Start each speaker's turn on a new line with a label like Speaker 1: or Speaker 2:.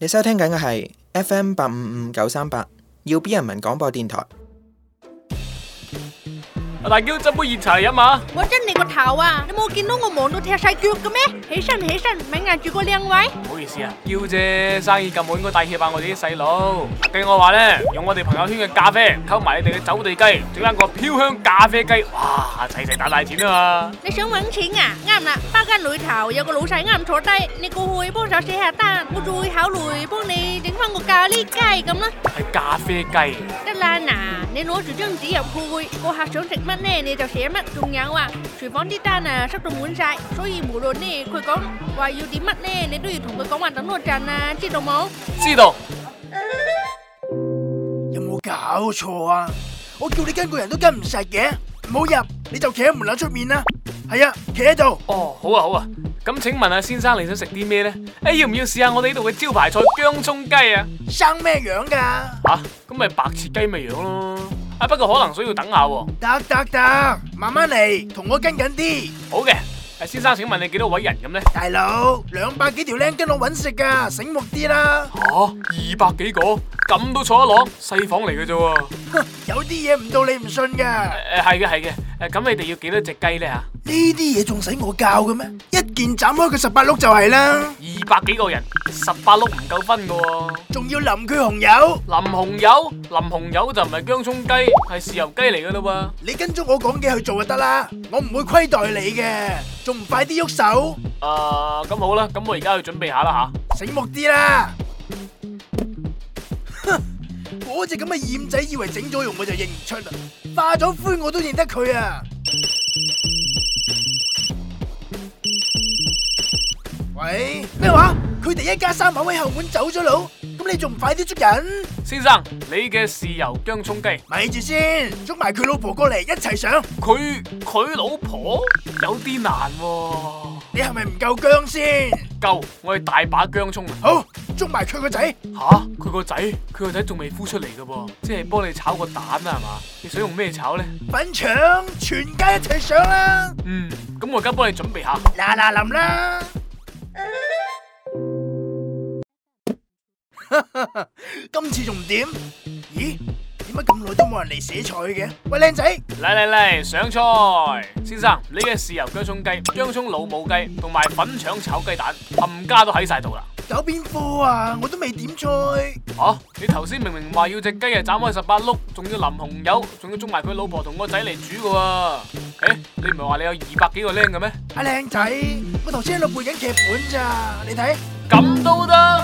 Speaker 1: 你收聽緊嘅係 FM 八五五九三八，耀 B 人民廣播電台。
Speaker 2: 阿大嬌斟杯熱茶嚟飲下，
Speaker 3: 我真你個頭啊！你冇見到我忙到踢晒腳嘅咩？起身起身，咪壓住個靚位。
Speaker 2: 唔好意思啊，嬌姐生意咁好，應該帶挈下我哋啲細佬。計我話呢，用我哋朋友圈嘅咖啡溝埋你哋嘅走地雞，整翻個飄香咖啡雞，哇，齊齊大大錢啊嘛！
Speaker 3: 你想搵錢啊？啱啦，包間裏頭有個老細啱坐低，你過去幫手寫下單，我再考慮幫你整翻個咖喱雞咁啦。
Speaker 2: 係咖啡雞，
Speaker 3: 得啦，嗱，你攞住張紙入去，個客想食乜呢？你就寫乜。仲有啊，廚房啲單啊塞到滿晒，所以無論呢佢講話要點乜呢，你都要同佢講話等多陣啊，知道冇？
Speaker 2: 知道
Speaker 4: 有冇搞錯啊？我叫你跟個人都跟唔實嘅，唔好入，你就企喺門口出面啦。係啊，企喺度。
Speaker 2: 哦，好啊好啊。咁請問啊，先生你想食啲咩呢？誒，要唔要試下我哋呢度嘅招牌菜薑葱雞啊？
Speaker 4: 生咩樣㗎？
Speaker 2: 吓，咁咪白切雞咪樣咯。啊，不過可能需要等下喎。
Speaker 4: 得得得，慢慢嚟，同我跟緊啲。
Speaker 2: 好嘅，誒，先生請問你幾多位人咁呢？
Speaker 4: 大佬，兩百幾條僆跟我揾食㗎，醒目啲啦。
Speaker 2: 吓，二百幾個，咁都坐得落，細房嚟嘅啫喎。
Speaker 4: 哼，有啲嘢唔到你唔信㗎。
Speaker 2: 誒係嘅係嘅，誒咁你哋要幾多隻雞咧嚇？
Speaker 4: 呢啲嘢仲使我教嘅咩？一件斬開佢十八碌就係啦，
Speaker 2: 二百幾個人，十八碌唔夠分嘅喎。
Speaker 4: 仲要淋佢紅油。
Speaker 2: 林紅友，林紅友就唔係姜葱雞，係豉油雞嚟嘅嘞
Speaker 4: 你跟足我講嘅去做就得啦，我唔會虧待你嘅，仲唔快啲喐手？
Speaker 2: 喎。啊，咁好啦，咁我而家去準備下啦
Speaker 4: 醒目啲啦！ 嗰只咁嘅艷仔以為整咗容我就認唔出啦，化咗灰我都認得佢啊！喂，咩話？佢哋一家三口喺後門走咗佬，咁你仲唔快啲捉人？
Speaker 2: 吓。先生，你嘅豉油姜葱雞，
Speaker 4: 咪住先，捉埋佢老婆過嚟一齊上，
Speaker 2: 佢佢老婆有啲難喎。
Speaker 4: 你係咪唔夠姜先？
Speaker 2: 夠，我係大把姜葱啊！
Speaker 4: 好，捉埋佢個仔，
Speaker 2: 吓，佢個仔，佢個仔仲未孵出嚟嘅噃，即係幫你炒個蛋啊係嘛？你想用咩炒呢？
Speaker 4: 粉腸全家一齊上啦！
Speaker 2: 嗯，咁我而家幫你準備下。
Speaker 4: 嗱嗱臨 啦！今次仲唔掂？咦？點解咁耐都冇人嚟寫菜嘅？喂，靚仔，
Speaker 2: 嚟嚟嚟，上菜！先生，你嘅豉油姜葱雞、姜葱老母雞同埋粉腸炒雞蛋，冚家都喺晒度啦！
Speaker 4: 搞邊科啊？我都未點菜。
Speaker 2: 吓、你頭先明明話要隻雞係斬開十八碌，仲要淋紅油，仲要捉埋佢老婆同個仔嚟煮噶喎、誒、你唔係話你有二百幾個僆嘅咩？
Speaker 4: 阿靚仔，我頭先喺度背緊劇本咋？你睇，
Speaker 2: 咁都得？